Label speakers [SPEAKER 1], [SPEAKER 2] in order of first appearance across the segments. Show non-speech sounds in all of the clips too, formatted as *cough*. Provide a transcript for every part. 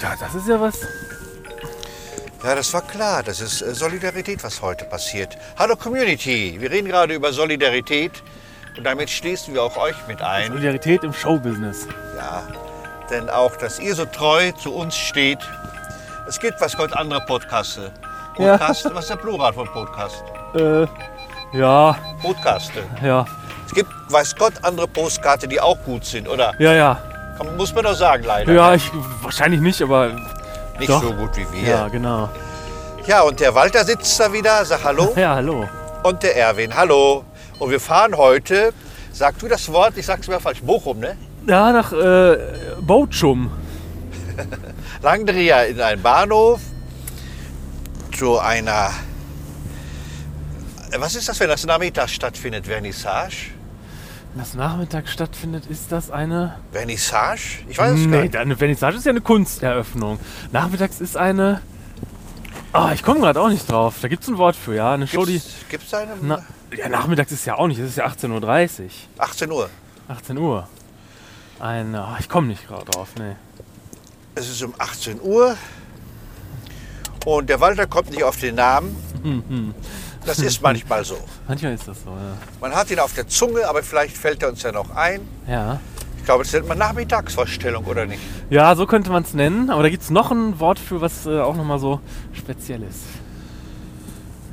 [SPEAKER 1] Ja, das ist ja was.
[SPEAKER 2] Ja, das war klar. Das ist äh, Solidarität, was heute passiert. Hallo Community, wir reden gerade über Solidarität und damit schließen wir auch euch mit ein.
[SPEAKER 1] Solidarität im Showbusiness.
[SPEAKER 2] Ja, denn auch, dass ihr so treu zu uns steht. Es gibt was Gott andere Podcaste.
[SPEAKER 1] Ja.
[SPEAKER 2] Podcast, was ist der Plural von Podcast?
[SPEAKER 1] Äh, ja,
[SPEAKER 2] Podcaste.
[SPEAKER 1] ja,
[SPEAKER 2] Es gibt weiß Gott andere Postkarte, die auch gut sind, oder?
[SPEAKER 1] ja, ja.
[SPEAKER 2] Kann, muss man doch sagen, leider.
[SPEAKER 1] Ja, ich, wahrscheinlich nicht, aber.
[SPEAKER 2] Nicht
[SPEAKER 1] doch.
[SPEAKER 2] so gut wie wir.
[SPEAKER 1] Ja,
[SPEAKER 2] Ja.
[SPEAKER 1] genau.
[SPEAKER 2] und der Walter sitzt da wieder, sag Hallo.
[SPEAKER 1] Ja, hallo.
[SPEAKER 2] und der Erwin, hallo. Und wir fahren heute, sag du das Wort, ich sag's immer falsch, Bochum, ne?
[SPEAKER 1] Ja, nach äh, Bochum.
[SPEAKER 2] Langdreher in einen Bahnhof zu einer. Was ist das, wenn das nachmittags stattfindet? Vernissage?
[SPEAKER 1] Wenn das Nachmittag stattfindet, ist das eine.
[SPEAKER 2] Vernissage? Ich weiß es gar
[SPEAKER 1] Nee,
[SPEAKER 2] nicht.
[SPEAKER 1] eine Vernissage ist ja eine Kunsteröffnung. Nachmittags ist eine. Ah, ich komme gerade auch nicht drauf. Da gibt es ein Wort für, ja. Eine Show, die.
[SPEAKER 2] Gibt's, gibt's eine?
[SPEAKER 1] Na, ja, nachmittags ist ja auch nicht. Es ist ja 18.30 Uhr.
[SPEAKER 2] 18 Uhr.
[SPEAKER 1] 18 Uhr. Ein, ah, ich komme nicht gerade drauf, nee.
[SPEAKER 2] Es ist um 18 Uhr. Und der Walter kommt nicht auf den Namen.
[SPEAKER 1] Mhm.
[SPEAKER 2] Das ist manchmal so.
[SPEAKER 1] Manchmal ist das so, ja.
[SPEAKER 2] Man hat ihn auf der Zunge, aber vielleicht fällt er uns ja noch ein.
[SPEAKER 1] Ja,
[SPEAKER 2] Ich glaube, das nennt man Nachmittagsvorstellung, oder nicht?
[SPEAKER 1] ja so könnte man es nennen. Aber da gibt es noch ein Wort für, was äh, auch nochmal so speziell ist.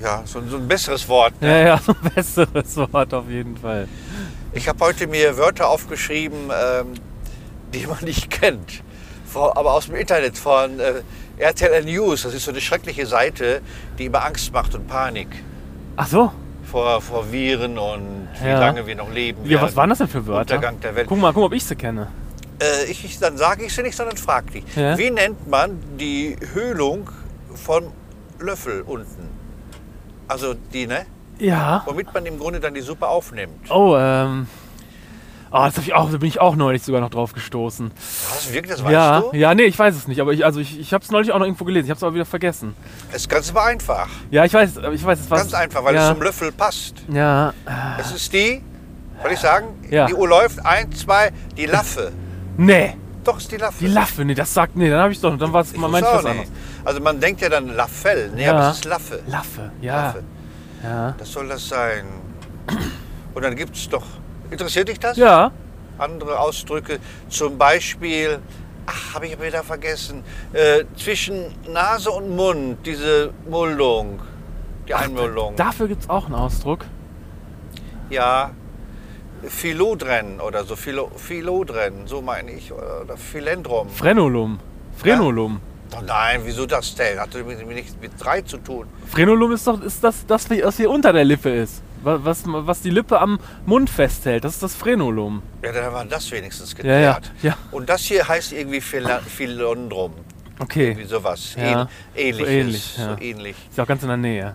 [SPEAKER 2] Ja, so, ein- so ein besseres Wort.
[SPEAKER 1] Ja, ja, *laughs* so ein besseres Wort auf jeden Fall.
[SPEAKER 2] Ich habe heute mir Wörter aufgeschrieben, ähm, die man nicht kennt, Vor- aber aus dem Internet von äh, RTL News. Das ist so eine schreckliche Seite, die immer Angst macht und Panik
[SPEAKER 1] Ach so.
[SPEAKER 2] vor, vor Viren und wie
[SPEAKER 1] Ja.
[SPEAKER 2] lange wir noch leben
[SPEAKER 1] Ja, was
[SPEAKER 2] werden.
[SPEAKER 1] waren das denn für Wörter?
[SPEAKER 2] Untergang der Welt.
[SPEAKER 1] Guck mal, guck mal, ob ich sie kenne.
[SPEAKER 2] Äh, ich, ich, dann sage ich sie nicht, sondern frage dich.
[SPEAKER 1] Ja.
[SPEAKER 2] Wie nennt man die Höhlung vom Löffel unten? Also die, ne?
[SPEAKER 1] Ja.
[SPEAKER 2] Womit man im Grunde dann die Suppe aufnimmt.
[SPEAKER 1] Oh, ähm. Oh, das hab ich auch, da bin ich auch neulich sogar noch drauf gestoßen.
[SPEAKER 2] Hast du wirklich, das weißt
[SPEAKER 1] ja,
[SPEAKER 2] du?
[SPEAKER 1] ja, nee, ich weiß es nicht, aber ich, also ich, ich habe es neulich auch noch irgendwo gelesen, ich habe es aber wieder vergessen.
[SPEAKER 2] Es ist ganz aber einfach.
[SPEAKER 1] Ja, ich weiß, aber ich weiß es was.
[SPEAKER 2] Ganz einfach, weil
[SPEAKER 1] ja,
[SPEAKER 2] es zum Löffel passt.
[SPEAKER 1] Ja,
[SPEAKER 2] Das ist die, soll ich sagen,
[SPEAKER 1] Ja.
[SPEAKER 2] die Uhr läuft, eins, zwei, die Laffe.
[SPEAKER 1] nee,
[SPEAKER 2] Doch, ist die Laffe.
[SPEAKER 1] die Laffe, nee, das sagt, nee, dann habe ich doch, dann war es
[SPEAKER 2] Ich
[SPEAKER 1] mein ich
[SPEAKER 2] wusste
[SPEAKER 1] was
[SPEAKER 2] auch
[SPEAKER 1] anderes.
[SPEAKER 2] nicht. Also man denkt ja dann Laffel, nee,
[SPEAKER 1] Ja.
[SPEAKER 2] aber es ist Laffe.
[SPEAKER 1] Laffe, ja,
[SPEAKER 2] Laffe.
[SPEAKER 1] ja.
[SPEAKER 2] Das soll das sein. Und dann gibt es doch, interessiert dich das?
[SPEAKER 1] Ja,
[SPEAKER 2] Andere Ausdrücke, zum Beispiel, ach, habe ich wieder vergessen, äh, zwischen Nase und Mund, diese Muldung, die Einmuldung.
[SPEAKER 1] dafür gibt es auch einen Ausdruck.
[SPEAKER 2] Ja, Philodren oder so, Philo, Philodren, so meine ich, oder Philendrum.
[SPEAKER 1] Frenulum, Frenulum.
[SPEAKER 2] Oh nein, wieso das denn? Hat das mit, mit nichts mit drei zu tun.
[SPEAKER 1] Frenulum ist doch ist das, das, was hier unter der Lippe ist. Wa- Was, was die Lippe am Mund festhält, das ist das Frenulum.
[SPEAKER 2] Ja, dann haben wir das wenigstens
[SPEAKER 1] Ja, ja,
[SPEAKER 2] geklärt.
[SPEAKER 1] ja.
[SPEAKER 2] Und das hier heißt irgendwie Phila- Philondrum,
[SPEAKER 1] Okay,
[SPEAKER 2] wie sowas.
[SPEAKER 1] Ja,
[SPEAKER 2] Ähn, ähnliches,
[SPEAKER 1] so ähnlich, ja.
[SPEAKER 2] so ähnlich.
[SPEAKER 1] ist ja auch ganz in der Nähe.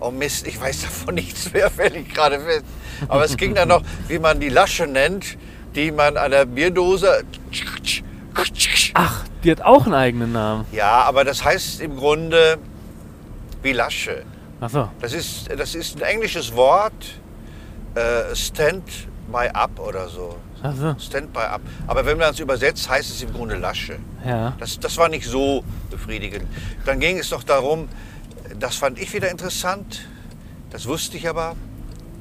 [SPEAKER 2] Oh Mist, ich weiß davon *laughs* nichts mehr, fällt ich gerade fest. Aber es ging dann noch, wie man die Lasche nennt, die man an der Bierdose...
[SPEAKER 1] Ach, die hat auch einen eigenen Namen.
[SPEAKER 2] Ja, aber das heißt im Grunde wie Lasche.
[SPEAKER 1] Achso,
[SPEAKER 2] Das ist, das ist ein englisches Wort, äh, stand by up oder so.
[SPEAKER 1] achso,
[SPEAKER 2] Stand by up. Aber wenn man es übersetzt, heißt es im Grunde Lasche.
[SPEAKER 1] ja.
[SPEAKER 2] Das, das war nicht so befriedigend. Dann ging es noch darum, das fand ich wieder interessant, das wusste ich aber,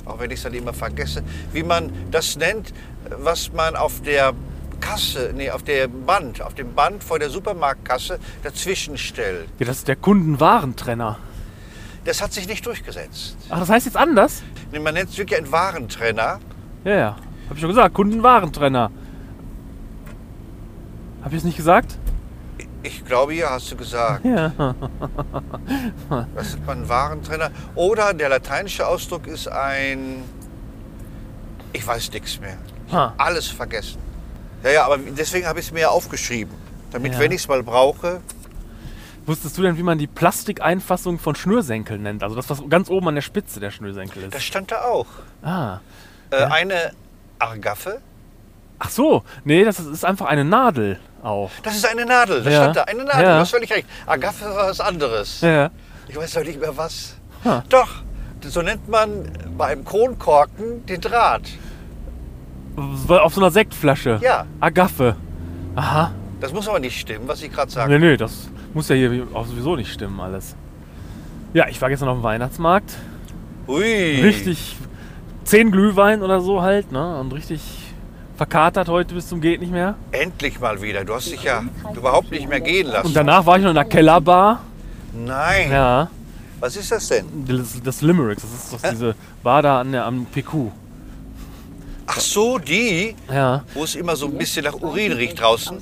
[SPEAKER 2] auch wenn ich es dann immer vergesse, wie man das nennt, was man auf der Kasse, nee, auf der Band, auf dem Band vor der Supermarktkasse dazwischen stellt.
[SPEAKER 1] Ja, das ist der Kundenwarentrenner.
[SPEAKER 2] Das hat sich nicht durchgesetzt.
[SPEAKER 1] Ach, das heißt jetzt anders?
[SPEAKER 2] Nee, Man nennt es wirklich einen Warentrenner.
[SPEAKER 1] Ja, ja. Hab ich schon gesagt, Kundenwarentrenner. Hab ich es nicht gesagt?
[SPEAKER 2] Ich glaube, hier hast du gesagt,
[SPEAKER 1] Ja.
[SPEAKER 2] das ist man ein Warentrenner. Oder der lateinische Ausdruck ist ein. Ich weiß nichts mehr. Ich
[SPEAKER 1] Ha.
[SPEAKER 2] hab alles vergessen. Ja, ja, aber deswegen habe ich es mir ja aufgeschrieben. Damit,
[SPEAKER 1] Ja.
[SPEAKER 2] wenn ich es mal brauche,
[SPEAKER 1] Wusstest du denn, wie man die Plastikeinfassung von Schnürsenkeln nennt? Also das, was ganz oben an der Spitze der Schnürsenkel
[SPEAKER 2] das
[SPEAKER 1] ist.
[SPEAKER 2] stand da auch.
[SPEAKER 1] Ah.
[SPEAKER 2] Äh, Eine Argaffe,
[SPEAKER 1] Ach so, nee, das ist einfach eine Nadel auch.
[SPEAKER 2] das ist eine Nadel. Das
[SPEAKER 1] Ja.
[SPEAKER 2] stand da, eine Nadel.
[SPEAKER 1] Ja.
[SPEAKER 2] Du hast völlig recht. Argaffe war was anderes.
[SPEAKER 1] Ja.
[SPEAKER 2] Ich weiß doch nicht mehr was.
[SPEAKER 1] Ha.
[SPEAKER 2] Doch, so nennt man bei einem Kronkorken den Draht.
[SPEAKER 1] Auf so einer Sektflasche.
[SPEAKER 2] Ja.
[SPEAKER 1] Agaffe. Aha.
[SPEAKER 2] Das muss aber nicht stimmen, was ich gerade sage.
[SPEAKER 1] Nee, nee, das muss ja hier auch sowieso nicht stimmen alles. Ja, ich war gestern auf dem Weihnachtsmarkt.
[SPEAKER 2] Ui.
[SPEAKER 1] Richtig zehn Glühwein oder so halt, ne? Und richtig verkatert heute bis zum geht nicht mehr.
[SPEAKER 2] Endlich mal wieder. Du hast dich ja überhaupt nicht mehr gehen lassen.
[SPEAKER 1] Und danach war ich noch in der Kellerbar.
[SPEAKER 2] Nein.
[SPEAKER 1] Ja,
[SPEAKER 2] Was ist das denn?
[SPEAKER 1] das, das Limericks, das ist doch diese Bar da an der, am PQ.
[SPEAKER 2] Ach so, die,
[SPEAKER 1] Ja.
[SPEAKER 2] wo es immer so ein bisschen nach Urin riecht draußen.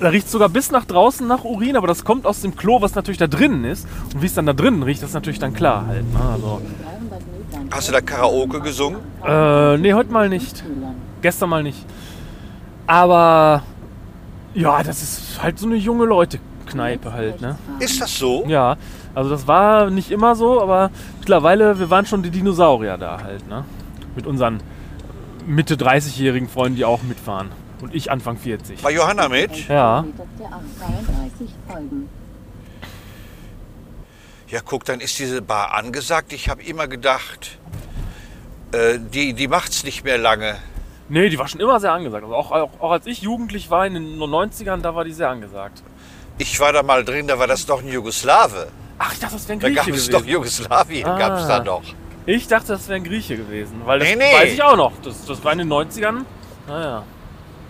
[SPEAKER 1] Da riecht sogar bis nach draußen nach Urin, aber das kommt aus dem Klo, was natürlich da drinnen ist. Und wie es dann da drinnen riecht, ist natürlich dann klar halt. Ne? Also,
[SPEAKER 2] Hast du da Karaoke gesungen?
[SPEAKER 1] äh, nee, heute mal nicht. Gestern mal nicht. Aber ja, das ist halt so eine junge Leute-Kneipe halt, ne?
[SPEAKER 2] Ist das so?
[SPEAKER 1] Ja, also das war nicht immer so, aber mittlerweile, wir waren schon die Dinosaurier da halt, ne? Mit unseren Mitte 30-jährigen Freunden, die auch mitfahren. Und ich Anfang 40.
[SPEAKER 2] War Johanna mit?
[SPEAKER 1] Ja.
[SPEAKER 2] Ja, guck, dann ist diese Bar angesagt. Ich habe immer gedacht, äh, die, die macht's nicht mehr lange.
[SPEAKER 1] Nee, die war schon immer sehr angesagt. Also auch, auch, auch als ich jugendlich war in den 90ern, da war die sehr angesagt.
[SPEAKER 2] Ich war da mal drin, da war das doch ein Jugoslawe.
[SPEAKER 1] Ach, ich dachte, das wäre ein
[SPEAKER 2] Da
[SPEAKER 1] Grieche
[SPEAKER 2] gab es
[SPEAKER 1] gewesen.
[SPEAKER 2] doch Jugoslawien,
[SPEAKER 1] Ah.
[SPEAKER 2] gab's da noch.
[SPEAKER 1] Ich dachte, das wäre ein Grieche gewesen, weil das
[SPEAKER 2] Nee, nee.
[SPEAKER 1] weiß ich auch noch. Das, das war in den Ah, 90ern. Naja.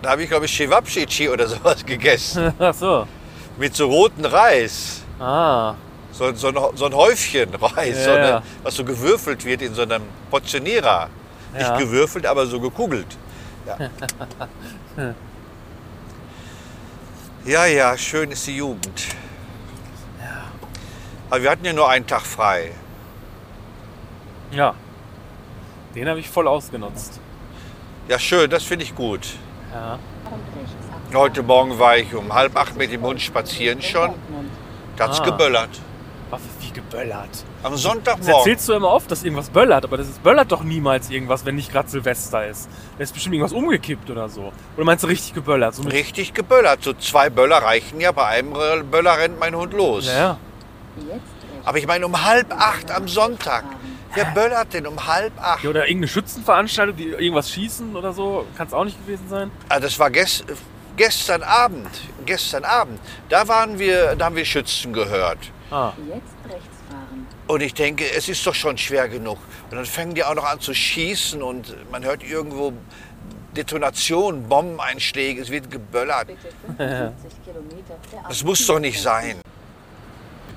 [SPEAKER 2] Da habe ich, glaube ich, Cevapcici oder sowas *laughs* gegessen.
[SPEAKER 1] *laughs* Ach so.
[SPEAKER 2] mit so roten Reis.
[SPEAKER 1] Ah.
[SPEAKER 2] So, so, ein, so ein Häufchen *laughs* Reis,
[SPEAKER 1] Ja,
[SPEAKER 2] so eine,
[SPEAKER 1] ja.
[SPEAKER 2] was so gewürfelt wird in so einem Portionierer.
[SPEAKER 1] Ja.
[SPEAKER 2] Nicht gewürfelt, aber so gekugelt. Ja.
[SPEAKER 1] *laughs*
[SPEAKER 2] ja, ja, schön ist die Jugend. Aber wir hatten ja nur einen Tag frei.
[SPEAKER 1] Ja. Den habe ich voll ausgenutzt.
[SPEAKER 2] Ja, schön, das finde ich gut.
[SPEAKER 1] Ja.
[SPEAKER 2] Heute Morgen war ich um halb acht mit dem Hund spazieren schon. Da hat's
[SPEAKER 1] Ah.
[SPEAKER 2] geböllert.
[SPEAKER 1] Was wie geböllert.
[SPEAKER 2] Am
[SPEAKER 1] Das
[SPEAKER 2] Sonntagmorgen.
[SPEAKER 1] erzählst du immer oft, dass irgendwas böllert, aber das ist, böllert doch niemals irgendwas, wenn nicht gerade Silvester ist. Da ist bestimmt irgendwas umgekippt oder so. Oder meinst du richtig geböllert? So mit-
[SPEAKER 2] Richtig geböllert. So zwei Böller reichen ja. Bei einem Böller rennt mein Hund los.
[SPEAKER 1] ja, ja.
[SPEAKER 2] Aber ich meine, um halb acht am Sonntag. Wer böllert denn um halb acht?
[SPEAKER 1] Ja, oder irgendeine Schützenveranstaltung, die irgendwas schießen oder so, kann es auch nicht gewesen sein.
[SPEAKER 2] Ah, das war ges gestern Abend. Gestern Abend. Da waren wir, da haben wir Schützen gehört.
[SPEAKER 1] Ah,
[SPEAKER 2] Und ich denke, es ist doch schon schwer genug. Und dann fangen die auch noch an zu schießen und man hört irgendwo Detonationen, Bombeneinschläge, es wird geböllert. *laughs* Das muss doch nicht sein.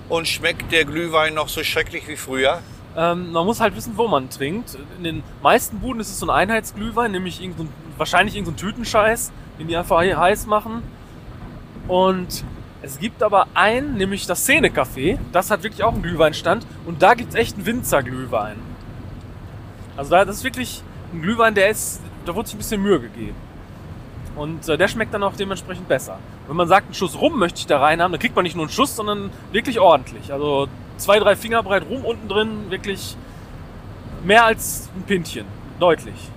[SPEAKER 2] Und schmeckt der Glühwein noch so schrecklich wie früher?
[SPEAKER 1] ähm, man muss halt wissen, wo man trinkt. In den meisten Buden ist es so ein Einheitsglühwein, nämlich irgend so ein, wahrscheinlich irgendein so ein Tütenscheiß, den die einfach he- heiß machen. Und es gibt aber einen, nämlich das Szene-Café, das hat wirklich auch einen Glühweinstand und da gibt es echt einen Winzerglühwein. Also da, das ist wirklich ein Glühwein, der ist, da wurde sich ein bisschen Mühe gegeben. Und äh, der schmeckt dann auch dementsprechend besser. Wenn man sagt, einen Schuss rum möchte ich da rein haben, dann kriegt man nicht nur einen Schuss, sondern wirklich ordentlich. Also zwei, drei Finger breit rum unten drin, wirklich mehr als ein Pintchen. Deutlich.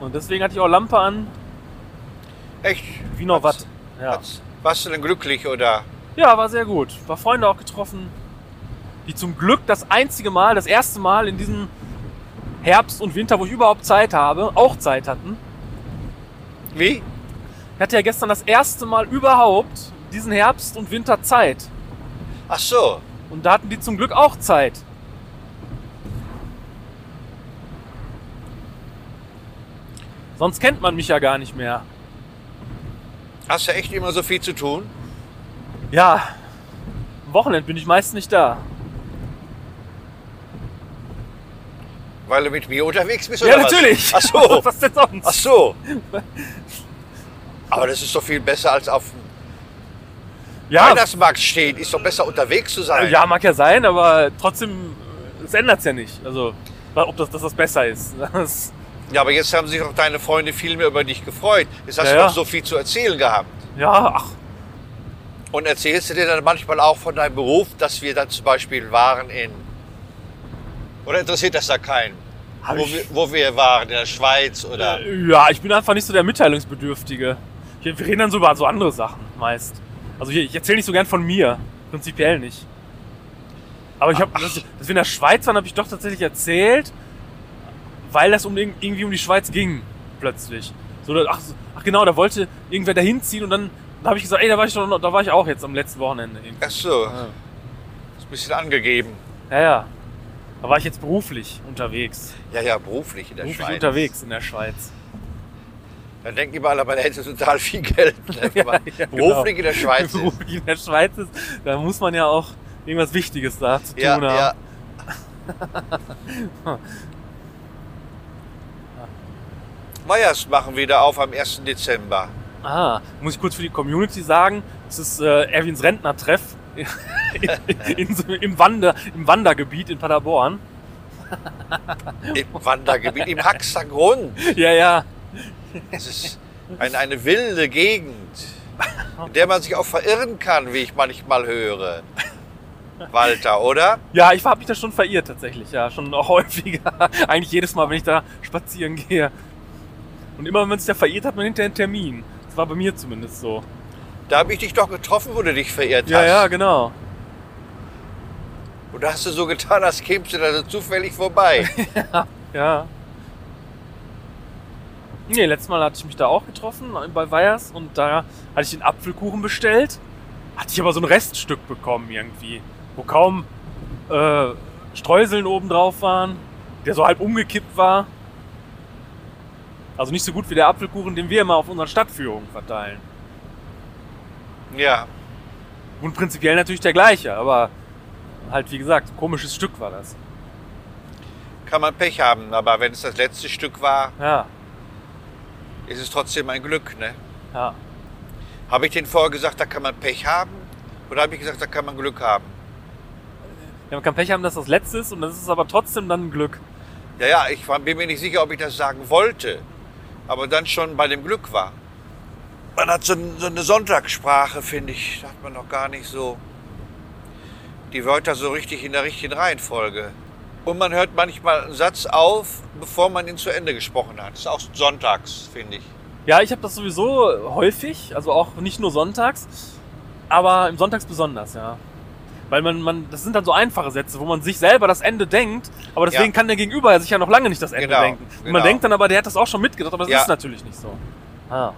[SPEAKER 1] Und deswegen hatte ich auch Lampe an,
[SPEAKER 2] Echt?
[SPEAKER 1] wie noch
[SPEAKER 2] Hat's-
[SPEAKER 1] was. Ja.
[SPEAKER 2] hat's- Warst du denn glücklich oder?
[SPEAKER 1] ja, war sehr gut. War Freunde auch getroffen, die zum Glück das einzige Mal, das erste Mal in diesem Herbst und Winter, wo ich überhaupt Zeit habe, auch Zeit hatten.
[SPEAKER 2] Wie?
[SPEAKER 1] Ich hatte ja gestern das erste Mal überhaupt diesen Herbst und Winter Zeit.
[SPEAKER 2] Ach so.
[SPEAKER 1] Und da hatten die zum Glück auch Zeit. Sonst kennt man mich ja gar nicht mehr.
[SPEAKER 2] Hast du echt immer so viel zu tun?
[SPEAKER 1] Ja, am Wochenende bin ich meist nicht da.
[SPEAKER 2] Weil du mit mir unterwegs bist?
[SPEAKER 1] ja,
[SPEAKER 2] oder was?
[SPEAKER 1] natürlich.
[SPEAKER 2] Ach
[SPEAKER 1] *laughs*
[SPEAKER 2] so.
[SPEAKER 1] Was denn sonst?
[SPEAKER 2] Ach so. Aber das ist doch viel besser als auf dem
[SPEAKER 1] ja,
[SPEAKER 2] Weihnachtsmarkt stehen. Ist doch besser unterwegs zu sein.
[SPEAKER 1] ja, mag ja sein, aber trotzdem, äh, es ändert es ja nicht. Also, ob das, dass das besser ist. *laughs* Das,
[SPEAKER 2] Ja, aber jetzt haben sich doch deine Freunde viel mehr über dich gefreut. Jetzt hast
[SPEAKER 1] Ja,
[SPEAKER 2] du
[SPEAKER 1] ja.
[SPEAKER 2] doch so viel zu erzählen gehabt.
[SPEAKER 1] ja, ach,
[SPEAKER 2] Und erzählst du dir dann manchmal auch von deinem Beruf, dass wir dann zum Beispiel waren in. Oder interessiert das da keinen?
[SPEAKER 1] Hab
[SPEAKER 2] Wo
[SPEAKER 1] ich-
[SPEAKER 2] wir, wo wir waren, in der Schweiz oder.
[SPEAKER 1] Ja, ich bin einfach nicht so der Mitteilungsbedürftige. Wir wir reden dann so über so andere Sachen meist. Also ich, ich erzähle nicht so gern von mir. Prinzipiell nicht. Aber ich habe, dass, dass wir in der Schweiz waren, habe ich doch tatsächlich erzählt, weil das um, irg- irgendwie um die Schweiz ging, plötzlich. So, da- ach, so- ach genau, da wollte irgendwer dahin ziehen und dann Da habe ich gesagt, ey, da war ich doch noch, da war ich auch jetzt am letzten Wochenende. irgendwie.
[SPEAKER 2] Ach so,
[SPEAKER 1] Ja.
[SPEAKER 2] ist ein bisschen angegeben.
[SPEAKER 1] ja, ja. Da war ich jetzt beruflich unterwegs.
[SPEAKER 2] Ja, ja, beruflich in der
[SPEAKER 1] beruflich
[SPEAKER 2] Schweiz.
[SPEAKER 1] unterwegs in der Schweiz.
[SPEAKER 2] Dann denken die mal, aber der hätte total viel Geld. Ne? wenn man
[SPEAKER 1] *laughs* ja, genau.
[SPEAKER 2] beruflich in
[SPEAKER 1] *laughs*
[SPEAKER 2] der Schweiz ist.
[SPEAKER 1] beruflich in der Schweiz ist, da muss man ja auch irgendwas Wichtiges da zu
[SPEAKER 2] Ja,
[SPEAKER 1] tun haben. *laughs*
[SPEAKER 2] ja. Meyers machen wieder auf am 1. Dezember.
[SPEAKER 1] Ah, muss ich kurz für die Community sagen, es ist äh, Erwins Rentnertreff *laughs* in, in, so- im, Wander, im Wandergebiet in Paderborn.
[SPEAKER 2] Im Wandergebiet, im Haxter Grund.
[SPEAKER 1] Ja, ja,
[SPEAKER 2] Es ist ein, eine wilde Gegend, in der man sich auch verirren kann, wie ich manchmal höre. Walter, oder?
[SPEAKER 1] ja, ich habe mich da schon verirrt tatsächlich, ja, schon auch *laughs* häufiger. Eigentlich jedes Mal, wenn ich da spazieren gehe. Und immer, wenn man sich da verirrt, hat man hinterher einen Termin. Das war bei mir zumindest so.
[SPEAKER 2] Da habe ich dich doch getroffen, wo du dich verirrt
[SPEAKER 1] Ja,
[SPEAKER 2] hast.
[SPEAKER 1] ja, genau.
[SPEAKER 2] Und da hast du so getan, als kämst du da so
[SPEAKER 1] *laughs*
[SPEAKER 2] zufällig vorbei.
[SPEAKER 1] Ja. Nee, letztes Mal hatte ich mich da auch getroffen äh, bei Weyers und da hatte ich den Apfelkuchen bestellt. Hatte ich aber so ein Reststück bekommen irgendwie, wo kaum äh, Streuseln oben drauf waren, der so halb umgekippt war. Also nicht so gut wie der Apfelkuchen, den wir immer auf unseren Stadtführungen verteilen.
[SPEAKER 2] Ja,
[SPEAKER 1] Und prinzipiell natürlich der gleiche, aber halt wie gesagt, komisches Stück war das.
[SPEAKER 2] kann man Pech haben, aber wenn es das letzte Stück war,
[SPEAKER 1] Ja,
[SPEAKER 2] ist es trotzdem ein Glück, ne?
[SPEAKER 1] ja.
[SPEAKER 2] Habe ich denen vorher gesagt, da kann man Pech haben? Oder habe ich gesagt, da kann man Glück haben?
[SPEAKER 1] Ja, man kann Pech haben, dass das letzte ist und das ist aber trotzdem dann ein Glück.
[SPEAKER 2] Ja, ja, ich war, bin mir nicht sicher, ob ich das sagen wollte, aber dann schon bei dem Glück war. Man hat so, n- so eine Sonntagssprache, finde ich, da hat man noch gar nicht so die Wörter so richtig in der richtigen Reihenfolge. Und man hört manchmal einen Satz auf, bevor man ihn zu Ende gesprochen hat. Das ist auch sonntags, finde ich.
[SPEAKER 1] Ja, ich habe das sowieso häufig, also auch nicht nur sonntags, aber im Sonntags besonders, ja. Weil man, man, das sind dann so einfache Sätze, wo man sich selber das Ende denkt, aber deswegen
[SPEAKER 2] Ja.
[SPEAKER 1] kann der Gegenüber sich ja noch lange nicht das Ende
[SPEAKER 2] Genau,
[SPEAKER 1] denken. Und man
[SPEAKER 2] genau.
[SPEAKER 1] denkt dann aber, der hat das auch schon mitgedacht, aber das
[SPEAKER 2] Ja.
[SPEAKER 1] ist natürlich nicht so. Ah.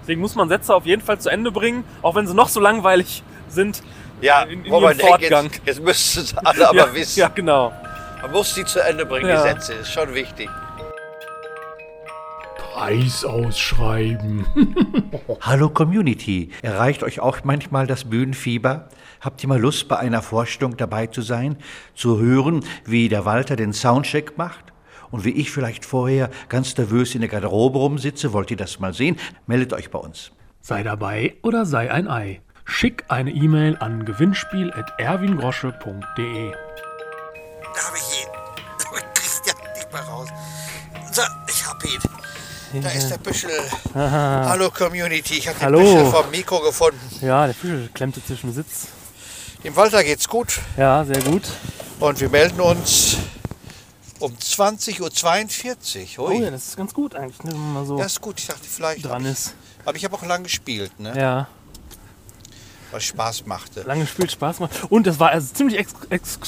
[SPEAKER 1] Deswegen muss man Sätze auf jeden Fall zu Ende bringen, auch wenn sie noch so langweilig sind.
[SPEAKER 2] Ja,
[SPEAKER 1] Äh, In- in
[SPEAKER 2] wo
[SPEAKER 1] ihrem
[SPEAKER 2] man denkt,
[SPEAKER 1] Fortgang.
[SPEAKER 2] jetzt, jetzt müssten es alle
[SPEAKER 1] *laughs*
[SPEAKER 2] aber
[SPEAKER 1] ja,
[SPEAKER 2] wissen.
[SPEAKER 1] ja, genau.
[SPEAKER 2] Man muss die zu Ende bringen,
[SPEAKER 1] Ja.
[SPEAKER 2] die Sätze, ist schon wichtig.
[SPEAKER 3] Preis ausschreiben. *laughs*
[SPEAKER 4] Hallo Community, erreicht euch auch manchmal das Bühnenfieber? Habt ihr mal Lust, bei einer Vorstellung dabei zu sein, zu hören, wie der Walter den Soundcheck macht? Und wie ich vielleicht vorher ganz nervös in der Garderobe rumsitze, wollt ihr das mal sehen? Meldet euch bei uns.
[SPEAKER 3] Sei dabei oder sei ein Ei. Schick eine E-Mail an gewinnspiel.erwingrosche.de.
[SPEAKER 5] Da habe ich ihn. *laughs* Aber ich krieg's ja nicht mehr raus. So, ich hab ihn. Da ist der Büschel. Hallo Community, ich habe den
[SPEAKER 1] Hallo.
[SPEAKER 5] Büschel vom Mikro gefunden.
[SPEAKER 1] Ja, der Füße klemmte zwischen Sitz.
[SPEAKER 5] Dem Walter geht's gut
[SPEAKER 1] Ja, sehr gut.
[SPEAKER 5] und wir melden uns um 20.42 Uhr.
[SPEAKER 1] Oh ja,
[SPEAKER 5] Ui,
[SPEAKER 1] das ist ganz gut eigentlich, ne, wenn man mal so
[SPEAKER 5] das ist gut, ich dachte vielleicht.
[SPEAKER 1] dran ist.
[SPEAKER 5] Aber ich habe auch lang gespielt, ne?
[SPEAKER 1] Ja.
[SPEAKER 5] was Spaß machte.
[SPEAKER 1] lange gespielt, Spaß macht. Und es war also ziemlich ex ex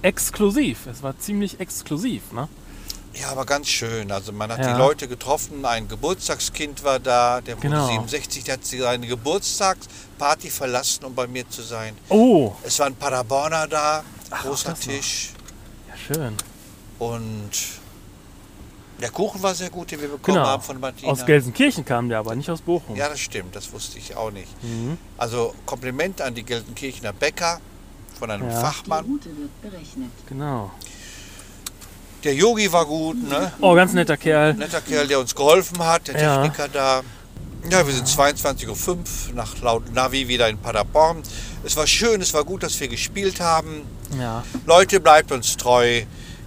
[SPEAKER 1] exklusiv. Es war ziemlich exklusiv, ne?
[SPEAKER 5] Ja, aber ganz schön. Also man hat
[SPEAKER 1] Ja.
[SPEAKER 5] die Leute getroffen, ein Geburtstagskind war da, der wurde
[SPEAKER 1] Genau.
[SPEAKER 5] 67, der hat seine Geburtstagsparty verlassen, um bei mir zu sein.
[SPEAKER 1] Oh,
[SPEAKER 5] Es waren Paderborner da, großer
[SPEAKER 1] das noch.
[SPEAKER 5] Tisch.
[SPEAKER 1] ja, schön.
[SPEAKER 5] Und der Kuchen war sehr gut, den wir bekommen
[SPEAKER 1] Genau.
[SPEAKER 5] haben von Martina.
[SPEAKER 1] Aus Gelsenkirchen kam der, aber nicht aus Bochum.
[SPEAKER 5] ja, das stimmt, das wusste ich auch nicht.
[SPEAKER 1] Mhm.
[SPEAKER 5] Also Kompliment an die Gelsenkirchener Bäcker von einem
[SPEAKER 1] Ja.
[SPEAKER 6] Die
[SPEAKER 5] Fachmann.
[SPEAKER 6] Route wird berechnet.
[SPEAKER 1] Genau.
[SPEAKER 5] Der Yogi war gut, ne?
[SPEAKER 1] Oh, ganz netter Kerl.
[SPEAKER 5] netter Kerl, der uns geholfen hat, der
[SPEAKER 1] Ja.
[SPEAKER 5] Techniker da. Ja, wir sind 22.05 Uhr nach laut Navi wieder in Paderborn. Es war schön, es war gut, dass wir gespielt haben.
[SPEAKER 1] Ja.
[SPEAKER 5] Leute, bleibt uns treu.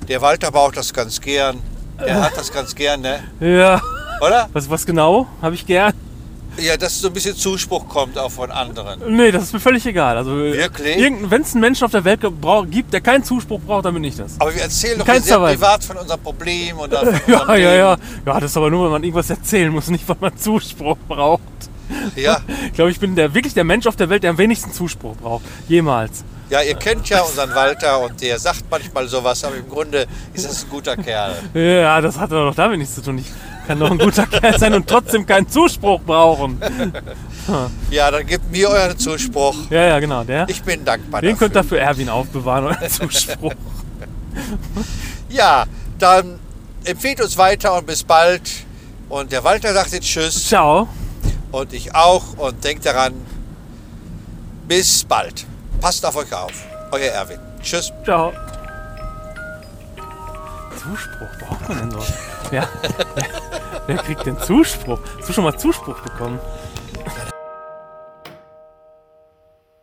[SPEAKER 5] Der Walter braucht das ganz gern. Der hat das ganz gern, ne?
[SPEAKER 1] Ja.
[SPEAKER 5] Oder?
[SPEAKER 1] Was, was genau? Habe ich gern?
[SPEAKER 5] Ja, dass so ein bisschen Zuspruch kommt auch von anderen.
[SPEAKER 1] Nee, das ist mir völlig egal. Also,
[SPEAKER 5] Wirklich?
[SPEAKER 1] Wenn es einen Menschen auf der Welt ge- brau- gibt, der keinen Zuspruch braucht, dann bin ich das.
[SPEAKER 5] Aber wir erzählen doch
[SPEAKER 1] In
[SPEAKER 5] hier
[SPEAKER 1] keinster
[SPEAKER 5] sehr
[SPEAKER 1] Weise.
[SPEAKER 5] privat von unserem Problem und dann von
[SPEAKER 1] *laughs* Ja,
[SPEAKER 5] unserem
[SPEAKER 1] ja, ja.
[SPEAKER 5] Leben.
[SPEAKER 1] Ja, das ist aber nur, wenn man irgendwas erzählen muss, nicht, weil man Zuspruch braucht.
[SPEAKER 5] ja.
[SPEAKER 1] Ich glaube, ich bin der, wirklich der Mensch auf der Welt, der am wenigsten Zuspruch braucht. Jemals.
[SPEAKER 5] Ja, ihr kennt ja unseren Walter und der sagt manchmal sowas, aber im Grunde ist das ein guter Kerl.
[SPEAKER 1] Ja, das *laughs* hat aber doch damit nichts zu tun. Ich kann doch ein guter Kerl sein und trotzdem keinen Zuspruch brauchen.
[SPEAKER 2] Ja, dann gebt mir euren Zuspruch.
[SPEAKER 1] Ja, ja, genau. Der,
[SPEAKER 2] Ich bin dankbar
[SPEAKER 1] den könnt
[SPEAKER 2] dafür.
[SPEAKER 1] ihr für Erwin aufbewahren, euer *laughs* Zuspruch.
[SPEAKER 2] Ja, dann empfehlt uns weiter und bis bald. Und der Walter sagt jetzt Tschüss
[SPEAKER 1] Ciao.
[SPEAKER 2] und ich auch. Und denkt daran, bis bald. Passt auf euch auf. Euer Erwin. Tschüss.
[SPEAKER 1] Ciao. Zuspruch, braucht man denn so? Ja. Wer kriegt denn Zuspruch? Hast du schon mal Zuspruch bekommen?